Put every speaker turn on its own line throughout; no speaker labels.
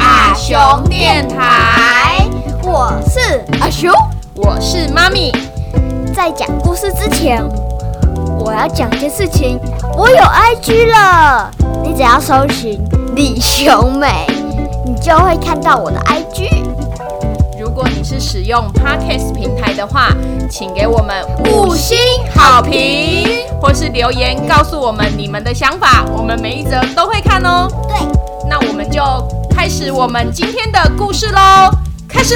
啊
熊电台，
我是阿熊。
我是妈咪。
在讲故事之前，我要讲件事情。我有 IG 了，你只要搜寻李雄美，你就会看到我的 IG。
如果你是使用 Podcast 平台的话，请给我们
五星
好评，或是留言告诉我们你们的想法，我们每一则都会看哦。
对，
那我们就开始我们今天的故事喽，开始。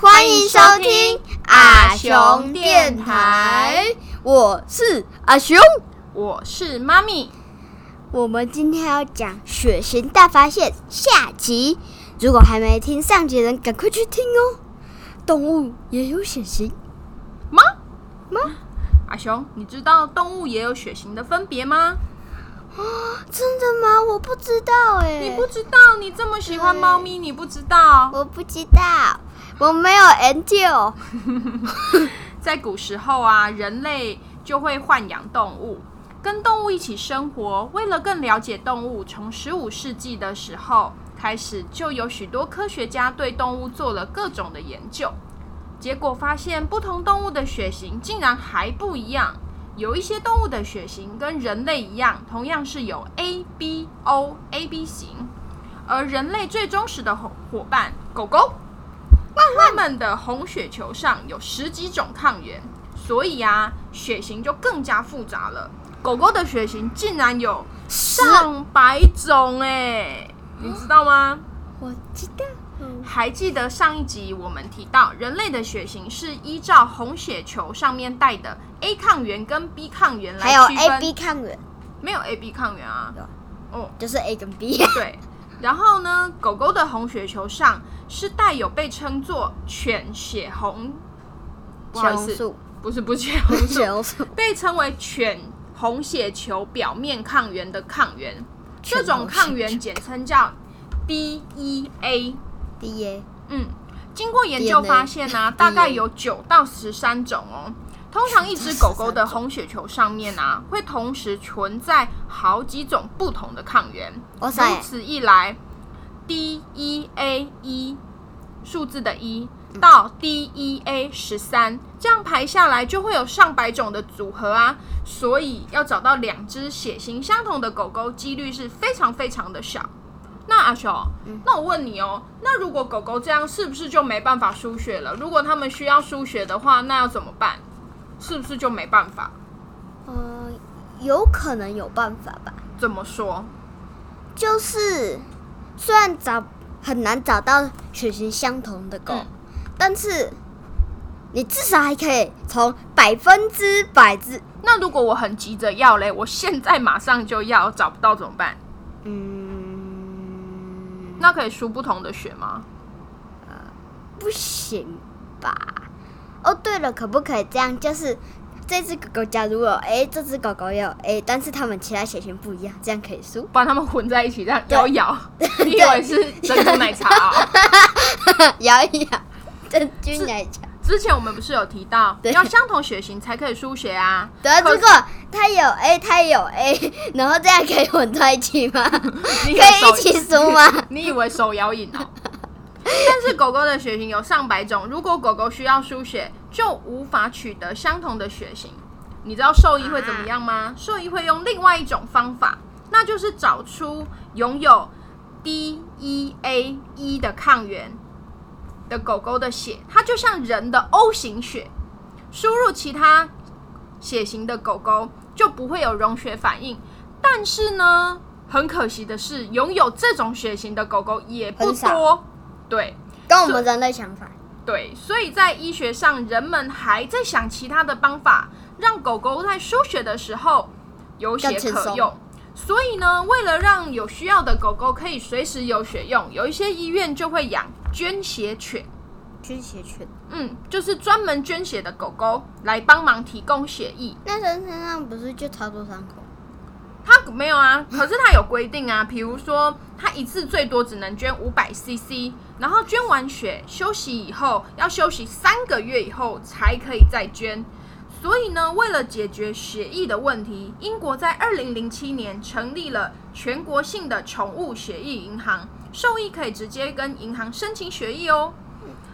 欢迎收听阿雄电台，我是阿雄。
我是妈咪，
我们今天要讲《血型大发现》下集，如果还没听上集的人，赶快去听哦。动物也有血型
妈
吗？
阿雄，你知道动物也有血型的分别吗？
啊真的吗？我不知道哎
你不知道，你这么喜欢猫咪，你不知道。
我不知道，我没有研究。
在古时候啊，人类就会豢养动物，跟动物一起生活。为了更了解动物，从十五世纪的时候开始，就有许多科学家对动物做了各种的研究。结果发现，不同动物的血型竟然还不一样。有一些动物的血型跟人类一样，同样是有 A、B、O、A、B 型，而人类最忠实的伙伙伴狗狗它们的红血球上有十几种抗原，所以啊，血型就更加复杂了。狗狗的血型竟然有上百种哎、你知道吗？
我知道，
还记得上一集我们提到，人类的血型是依照红血球上面带的 A 抗原跟 B 抗原
还有
来区分，
A、B 抗原，
没有 A B 抗原啊？哦，
就是 A 跟 B。
对。然后呢，狗狗的红血球上是带有被称作犬血红，不好
血
意
红
思，
素，
不是不是血红 素
血，红素，
被称为犬红血球表面抗原的抗原，
犬
这
红
种抗
血
原
球
简称叫 E DEA。
D A
嗯，经过研究
DNA
发现呢、大概有九到十三种哦。通常一只狗狗的红血球上面啊，会同时存在好几种不同的抗原。
哇塞
如此一来，D E A 一数字的一到 D E A 十三，这样排下来就会有上百种的组合啊。所以要找到两只血型相同的狗狗，几率是非常非常的小。那阿雄，那我问你哦，那如果狗狗这样，是不是就没办法输血了？如果它们需要输血的话，那要怎么办？是不是就没办法？
呃，有可能有办法吧，
怎么说？
就是虽然找很难找到血型相同的狗，
嗯
但是你至少还可以从百分之百之，
那如果我很急着要嘞，我现在马上就要，找不到怎么办？
嗯，
那可以输不同的血吗？
不行吧？哦，对了，可不可以这样？就是这只狗狗，假如有 A，这只狗狗也有 A，但是它们其他血型不一样，这样可以输？
把它们混在一起，这样
对
摇一摇，你以为是珍珠奶茶哦？
摇一 摇，真君来讲。
之前我们不是有提到，
对
要相同血型才可以输血啊？
对啊，
可
如果它有 A，它也有 A，然 后这样可以混在一起吗？可
你
以
以为手
一起输吗？
你以为手摇饮哦？但是狗狗的血型有上百种，如果狗狗需要输血，就无法取得相同的血型。你知道兽医会怎么样吗？兽医会用另外一种方法，那就是找出拥有 DEA 一 E 的抗原的狗狗的血，它就像人的 O 型血，输入其他血型的狗狗就不会有溶血反应。但是呢，很可惜的是，拥有这种血型的狗狗也不
很少
多。对
跟我们人类相反，
对，所以在医学上，人们还在想其他的方法，让狗狗在输血的时候有血
更轻
可
松
用。所以呢，为了让有需要的狗狗可以随时有血用，有一些医院就会养捐血犬。
捐血犬。
嗯，就是专门捐血的狗狗来帮忙提供血液。
那人身上不是就超多伤口？
它没有啊，可是它有规定啊，比如说它一次最多只能捐五百 CC，然后捐完血休息以后要休息三个月以后才可以再捐。所以呢，为了解决血疫的问题，英国在二零零七年成立了全国性的宠物血疫银行，兽医可以直接跟银行申请血疫哦。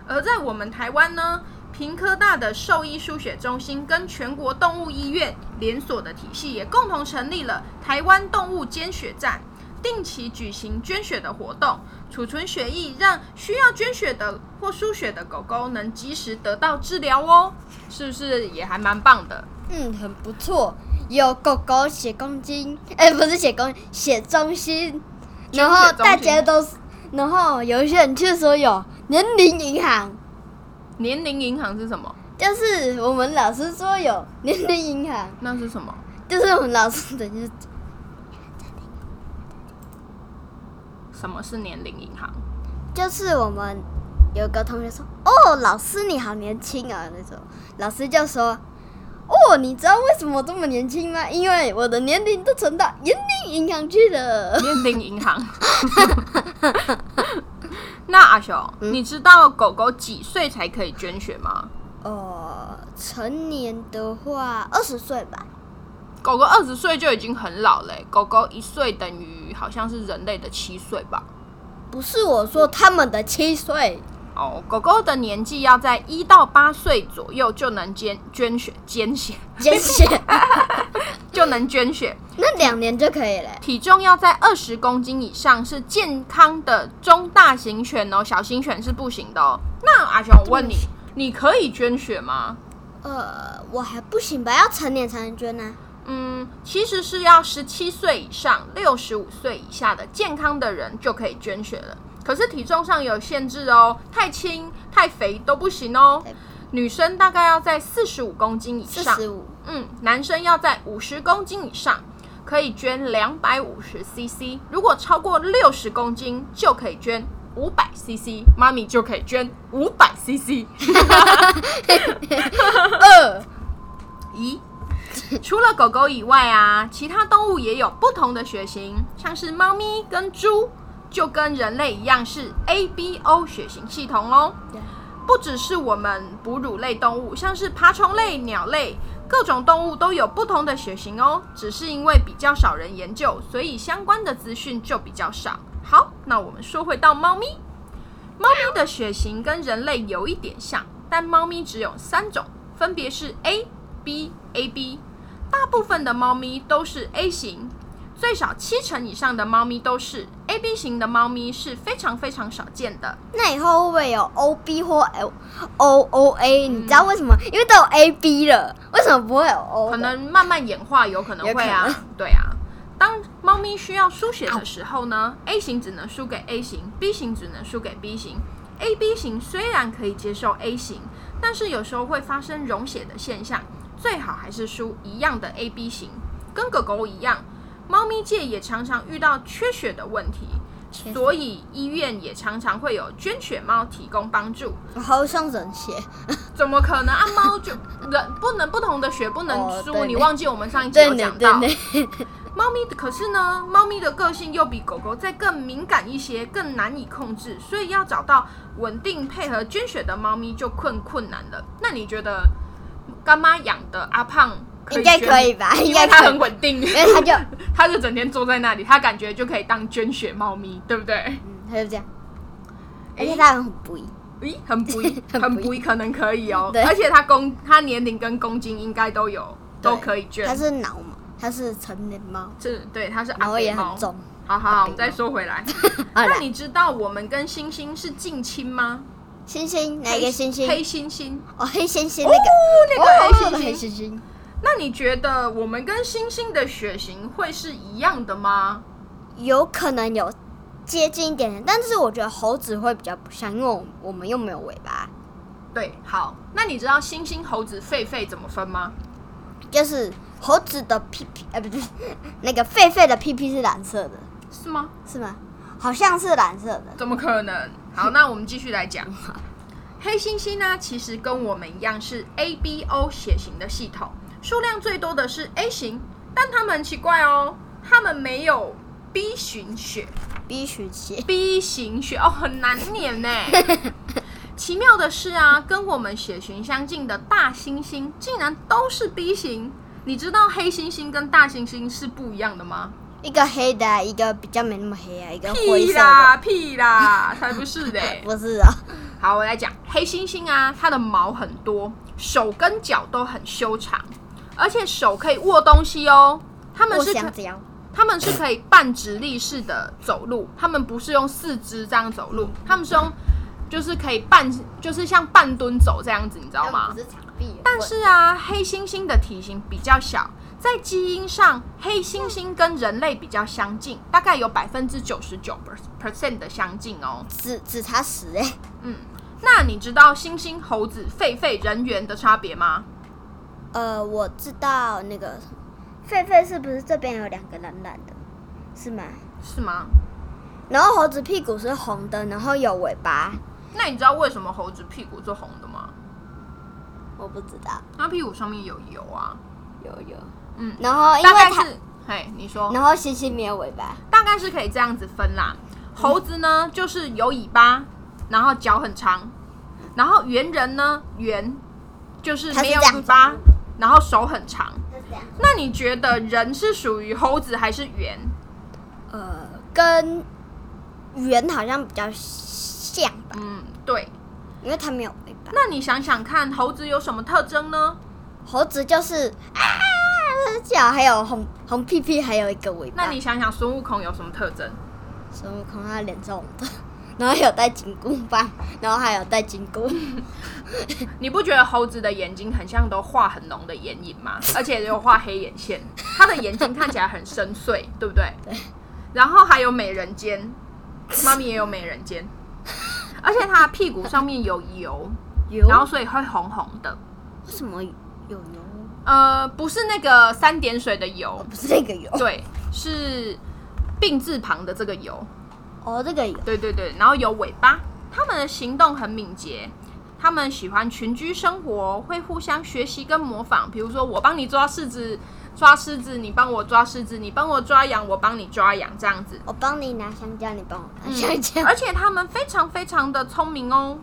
而在我们台湾呢，平科大的兽医输血中心跟全国动物医院连锁的体系也共同成立了台湾动物捐血站，定期举行捐血的活动，储存血液，让需要捐血的或输血的狗狗能及时得到治疗哦，是不是也还蛮棒的？
嗯，很不错。有狗狗血公 斤，哎、不是血公斤血中心，然后大家都是，然后有一些人却说有年龄银行，
年龄银行是什么？
就是我们老师说有年龄银行，
那是什么？
就是我们老师等于
什么是年龄银 行？
就是我们有个同学说：“哦，老师你好年轻啊！”那种老师就说：“哦，你知道为什么我这么年轻吗？因为我的年龄都存到年龄银行去了。
年龄银行。那阿雄，你知道狗狗几岁才可以捐血吗？”
哦，成年的话二十岁吧，
狗狗二十岁就已经很老嘞、狗狗一岁等于好像是人类的七岁吧。
不是我说他们的七岁。
哦，狗狗的年纪要在一到八岁左右就能捐捐血，捐血
谢谢，
就能捐血，
那两年就可以了。
体重要在二十公斤以上是健康的中大型犬哦，小型犬是不行的哦。那阿雄，我问你，你可以捐血吗？
呃，我还不行吧，要成年才能捐呢、
嗯，其实是要十七岁以上、六十五岁以下的健康的人就可以捐血了。可是体重上有限制哦，太轻、太肥都不行哦
对。
女生大概要在四十五公斤以
四
上，
十五，
嗯，男生要在五十公斤以上，可以捐两百五十 CC。如果超过六十公斤，就可以捐五百 CC。妈咪就可以捐五百 CC。
二，
咦，除了狗狗以外啊，其他动物也有不同的血型，像是猫咪跟猪，就跟人类一样是 ABO 血型系统哦。不只是我们哺乳类动物，像是爬虫类、鸟类，各种动物都有不同的血型哦。只是因为比较少人研究，所以相关的资讯就比较少。好，那我们说回到猫咪，猫咪的血型跟人类有一点像，但猫咪只有三种，分别是 A、B、AB。大部分的猫咪都是 A 型，最少七成以上的猫咪都是 AB 型的猫咪是非常非常少见的。
那以后会不会有 O B 或 L O O A？、你知
嗯
道为什么？因为都有 A B 了，为什么不会有 O？
可能慢慢演化，有可能会啊
有哦可能，
对啊。当猫咪需要输血的时候呢，A 型只能输给 A 型，B 型只能输给 B 型。AB 型虽然可以接受 A 型，但是有时候会发生溶血的现象，最好还是输一样的 AB 型。跟狗狗一样，猫咪界也常常遇到缺血的问题，
缺血
所以医院也常常会有捐血猫提供帮助。
我好像人血，
怎么可能啊？猫就人不能不同的血不能
哦
输，
对
你
嘞
忘记我们上一集
对
有
呢
讲
对
到，
呢，
猫咪可是呢，猫咪的个性又比狗狗再更敏感一些，更难以控制，所以要找到稳定配合捐血的猫咪就困困难了。那你觉得干妈养的阿胖可
应
以
该
捐
可以吧？应
因为
该
它
可
很
以，
稳定，
因为他就，
它就整天坐在那里，它感觉就可以当捐血猫咪，对不对？
嗯，他就这样，而且他很不易，
咦，很不一，
很
很
不一
不一，可能可以哦。
对
而且它公，它年龄跟公斤应该都有，都
对
可以
他
捐。
是脑嘛，他是成年猫，
是，对，它是
然
阿
后
肥
也
猫
很。重，
好好好，
阿
我
肥
们再说 回来，
好
那
了，
你知道我们跟星星是近亲吗？
星星哪
黑
个星星？
黑猩猩。
哦，黑猩猩
哦
那个，，
那个
哦
黑
黑
猩猩。
猩猩，
那你觉得我们跟猩猩的血型会是一样的吗？
有可能有接近一点点，但是我觉得猴子会比较不像，因为我我们又没有尾巴，
对，好。那你知道猩猩、猴子、狒狒怎么分吗？
就是猴子的屁屁，呃，不对， 那个狒狒的屁屁是蓝色的，
是吗？
是吗？好像是蓝色的，
怎么可能？ 好，那我们继续来讲。黑猩猩呢，其实跟我们一样是 ABO 血型的系统，数量最多的是 A 型，但它们很奇怪哦，他们没有 B 型血
必须写。
，B 型血哦，很难念呢。奇妙的是啊，跟我们血型相近的大猩猩竟然都是 B 型。你知道黑猩猩跟大猩猩是不一样的吗？
一个黑的啊，一个比较没那么黑啊，一个灰
屁
色的。
啦屁啦，才不是嘞！
不是啊，
好，我来讲黑猩猩啊，它的毛很多，手跟脚都很修长，而且手可以握东西哦。它们
我
是可
想这样。
它们是可以半直立式的走路，它们不是用四肢这样走路，它们是用就是可以半就是像半蹲走这样子，你知道吗？
是墙壁，
但是啊，黑猩猩的体型比较小，在基因上，黑猩猩跟人类比较相近，大概有百分之九十九 percent 的相近哦。
只只差十哎，
嗯，那你知道猩猩、猴子、狒狒、人猿的差别吗？
呃，我知道那个狒狒是不是这边有两个蓝蓝的，是吗？
是吗？
然后猴子屁股是红的，然后有尾巴，
那你知道为什么猴子屁股是红的吗？
我不知道
它屁股上面有油啊。
有有，
嗯，
然后哎因
大概
为它，
是，嘿，你说，
然后猩猩没有尾巴，
大概是可以这样子分啦。猴子呢，就是有尾巴，然后脚很长，然后猿人呢，猿就是
它是
没有
这样
尾巴，然后手很长。
是这样。
那你觉得人是属于猴子还是猿？
呃，跟圆好像比较像吧，
嗯，对。
因为它没有尾巴。
那你想想看，猴子有什么特征呢？
猴子就是啊，脚还有红红屁屁，还有一个尾巴。
那你想想，孙悟空有什么特征？
孙悟空他脸是红的，然后有戴金箍棒，然后还有戴金箍。
你不觉得猴子的眼睛很像都画很浓的眼影吗？而且有画黑眼线，它的眼睛看起来很深邃，对不对？
对。
然后还有美人尖，妈咪也有美人尖，而且它屁股上面有油，
油
然后所以会红红的。
为什么有油？
呃，不是那个三点水的油，
不是那哦个油，
对，是病字旁的这个油。
哦，这个油。
对对对，然后有尾巴。它们的行动很敏捷，它们喜欢群居生活，会互相学习跟模仿。比如说，我帮你抓狮子，抓狮子，你帮我抓狮子，你帮我抓羊，我帮你抓羊，这样子。
我帮你拿香蕉，你帮我拿
嗯
香蕉。
而且它们非常非常的聪明哦，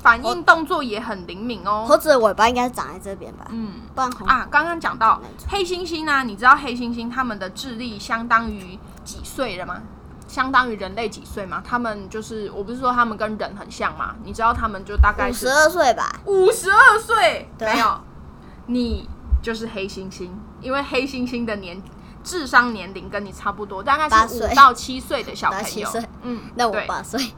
反应动作也很灵敏哦。
猴子的尾巴应该长在这边吧？
嗯。
不然红
啊，刚刚讲到
没错
黑猩猩呢、啊你知道黑猩猩它们的智力相当于几岁了吗？相当于人类几岁吗？他们就是，我不是说他们跟人很像吗？你知道他们就大概
五
是
十二岁吧？
五十二岁，
对
没有，你就是黑猩猩，因为黑猩猩的年智商年龄跟你差不多，大概
八
是五
岁
到七岁的小
五到
朋
七
友
岁。
嗯，
那我
对
八岁。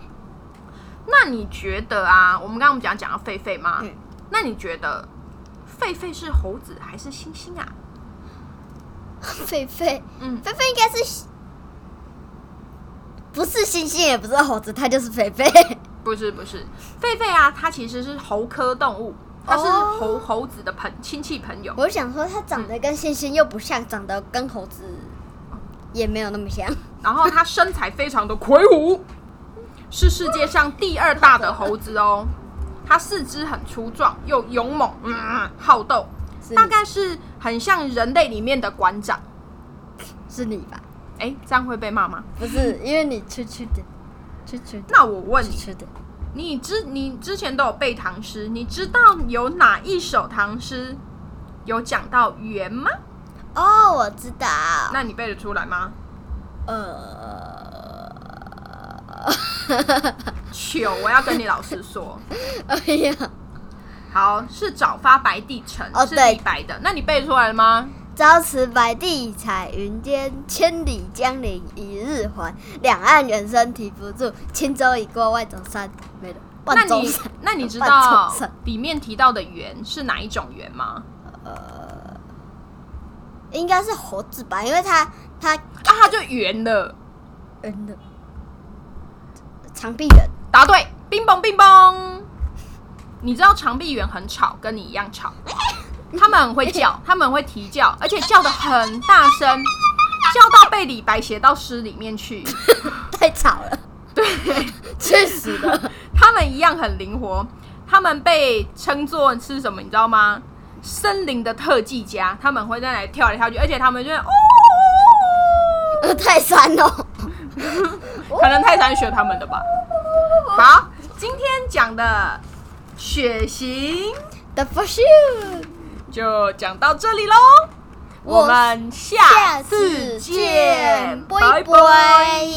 那你觉得啊？我们刚刚不讲讲到狒狒吗？
嗯
那你觉得狒狒是猴子还是猩猩啊？
狒狒，
嗯，
狒狒应该是，不是猩猩，也不是猴子，它就是狒狒。
不是不是，狒狒啊，它其实是猴科动物，它是
哦
猴、猴子的朋亲戚朋友。
我想说，它长得跟猩猩又不像，长得跟猴子也没有那么像。
然后它身材非常的魁梧，是世界上第二大的猴子哦。它四肢很粗壮，又勇猛，嗯，好斗，
是
大概是很像人类里面的馆长。
是你吧？
哎，这样会被骂吗？
不 是，因为你吃吃的，吃吃的，
那我问
吃
你，
吃的。
你之你之前都有背唐诗，你知道有哪一首唐诗有讲到圆吗？
哦，我知道。
那你背得出来吗？
呃，
糗！我要跟你老师说。
哎呀，
好，是早发白帝城，
哦
是
对
李白的。那你背出来了吗？
朝辞白帝彩云间，千里江陵一日还。两岸猿声啼不住，轻舟已过万重山。没了，
那
万重
你
山。
那你知
万
道
重山
里面提到的猿是哪一种猿吗？
应该是猴子吧？因为它它
啊，它就猿了。
嗯的长臂猿，
答对，冰崩冰崩。你知道长臂猿很吵，跟你一样 吵。他们很会叫，他们很会啼叫，而且叫的很大声，叫到被李白写到诗里面去。
太吵了，
对。
气死了。
他们一样很灵活，他们被称作是什么，你知道吗？森林的特技家，他们会在那里跳来跳去，而且他们就会哦哦哦哦
呃，泰山 哦，
哦可能泰山学他们的吧。好，今天讲的血型
的 for sure。
就讲到这里喽，我们
下
下次
次
见
见，，
拜
拜
拜。
拜。